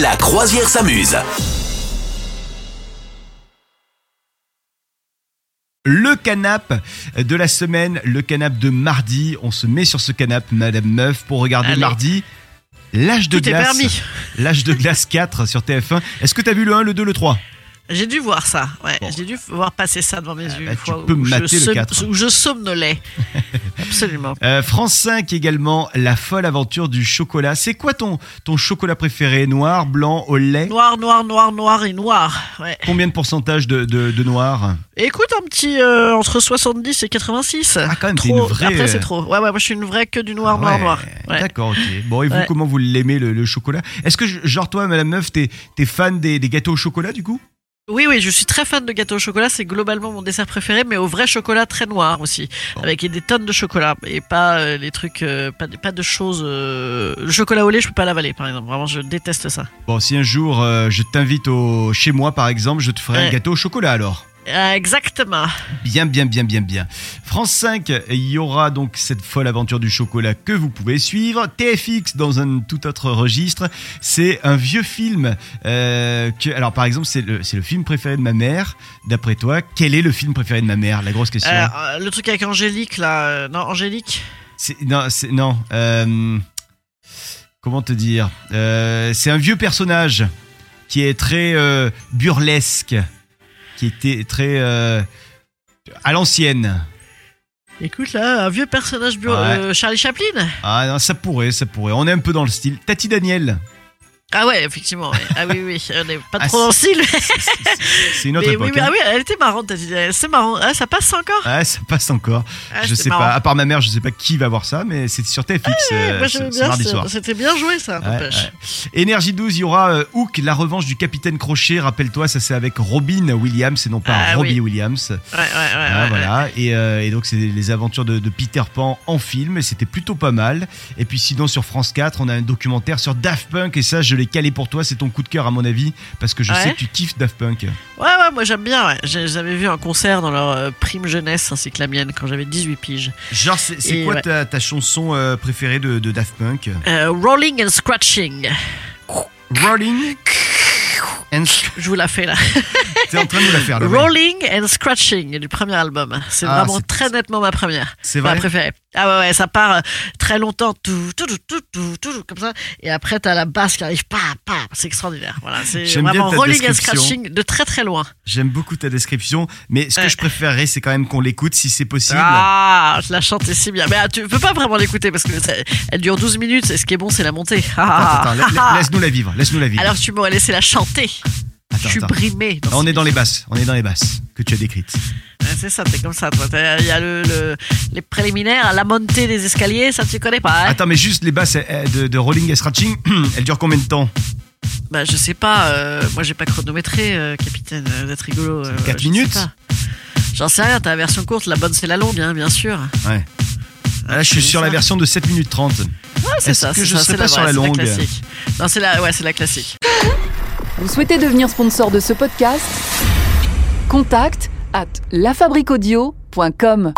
La croisière s'amuse. Le canap de la semaine, le canap de mardi. On se met sur ce canap, Madame Meuf, pour regarder Allez. mardi. L'âge de Tout est glace. permis. L'âge de glace 4 sur TF1. Est-ce que t'as vu le 1, le 2, le 3 J'ai dû voir ça, ouais. Bon. J'ai dû voir passer ça devant mes yeux. bah, une tu fois peux où je mater le som- quatre. hein. Où je somnolais. Absolument. Euh, France 5 également, la folle aventure du chocolat. C'est quoi ton, ton chocolat préféré Noir, blanc, au lait Noir, noir, noir, noir et noir. Ouais. Combien de pourcentage de, de, de noir Écoute, un petit euh, entre 70 et 86. Ah, quand même, t'es Euh, trop. une vraie- Après, c'est trop. Ouais, ouais, moi je suis une vraie que du noir, Ah noir, ouais, noir. Ouais. D'accord, ok. Bon, et vous, Ouais. comment vous l'aimez, le, le chocolat Est-ce que, genre, toi, Madame Meuf, t'es es fan des, des gâteaux au chocolat, du coup Oui, oui, je suis très fan de gâteau au chocolat. C'est globalement mon dessert préféré, mais au vrai chocolat très noir aussi, avec des tonnes de chocolat et pas euh, les trucs, euh, pas, de- pas de choses. euh, Le chocolat au lait, je peux pas l'avaler, par exemple. Vraiment, je déteste ça. Bon, si un jour euh, je t'invite au chez moi, par exemple, je te ferai un Ouais. gâteau au chocolat alors. Ah, exactement. Bien, bien, bien, bien, bien. France 5, il y aura donc cette folle aventure du chocolat que vous pouvez suivre. TFX, dans un tout autre registre, c'est un vieux film. euh, que, alors, par exemple, c'est le, c'est le film préféré de ma mère. D'après toi, quel est le film préféré de ma mère La grosse question. Euh, euh, le truc avec Angélique, là. euh, non, Angélique. C'est- non, c'est- non euh, comment te dire Euh, C'est un vieux personnage qui est très euh, burlesque, qui était très euh, à l'ancienne. Écoute, là, un vieux personnage bio. Ouais. euh, Charlie Chaplin Ah non, ça pourrait, ça pourrait. On est un peu dans le style. Tati Daniel, Ah ouais, effectivement. ouais. Ah oui, oui. On n'est pas Ah, trop dans le style. c'est une autre Mais époque. oui, mais- hein. ah oui, elle était marrante, t'as dit. C'est marrant. Ah, ça passe ça encore Ouais, ça passe encore. Ah, je c'est sais pas. marrant. Ah À part ma mère, je sais pas qui va voir ça, mais c'est sur TFX euh, Moi, ce- j'aimais ce bien, mardi c'était- soir. C'était bien joué, ça, Ouais, n'empêche. ouais. Énergie 12, il y aura euh, Hook, la revanche du capitaine Crochet. Rappelle-toi, ça c'est avec Robin Williams et non pas Ah, Robbie oui. Williams. Ouais, ouais, ouais, Ah, ouais, ouais. voilà. Et, euh, et donc, c'est les aventures de, de Peter Pan en film. et C'était plutôt pas mal. Et puis, sinon, sur France 4, on a un documentaire sur Daft Punk. Et ça, je l'ai calé pour toi. C'est ton coup de cœur, à mon avis. Parce que je Ouais. sais que tu kiffes Daft Punk. Ouais, ouais, moi j'aime bien. ouais. J'ai- J'avais vu un concert dans leur euh, prime jeunesse ainsi que la mienne quand j'avais 18 piges. Genre, c'est c'est Et quoi ouais. ta, ta chanson euh, préférée de, de Daft Punk Euh, Rolling and Scratching. Rolling. And... Je vous la fais là. T'es en train de nous la faire, là. ouais. Rolling and Scratching du premier album. C'est Ah, vraiment c'est- très nettement ma première. C'est Ma vrai. préférée. Ah ouais, ouais, ça part euh, très longtemps, tout, tout, tout, tout, tout, tout, comme ça. Et après, t'as la basse qui arrive, pa, pa. C'est extraordinaire. Voilà, c'est J'aime bien vraiment ta Rolling and description. Scratching de très très loin. J'aime beaucoup ta description. Mais ce que Ouais. je préférerais, c'est quand même qu'on l'écoute si c'est possible. Ah, je la chante si bien. Mais ah, tu peux pas vraiment l'écouter parce que ça- elle dure 12 minutes et ce qui est bon, c'est la montée. Ah. Attends, attends, la- la- laisse-nous la vivre. Laisse-nous la vivre. Alors tu m'aurais laissé la chanter. Attends, je suis attends. brimée. on est dans les basses. On est dans les basses que tu as décrites. Ouais, C'est ça, t'es comme ça, toi. T'as- Il y a le, le- les préliminaires, la montée des escaliers, ça tu connais pas. Hein Attends, mais juste les basses euh, de, de Rolling et Scratching, elles durent combien de temps bah, je sais pas, euh, moi j'ai pas chronométré, euh, capitaine, euh, d'être rigolo. euh, Quatre je sais minutes pas. J'en sais rien, t'as la version courte, la bonne c'est la longue, hein, bien sûr. Ouais. Ah, Là, je suis C'est sur la ça. version de 7 minutes 30. Ouais, c'est Est-ce ça, que c'est je ça, serais c'est pas sur la vraie, c'est longue classique. Non, c'est la, ouais, c'est la classique. Vous souhaitez devenir sponsor de ce podcast Contact à lafabriquaudio.com.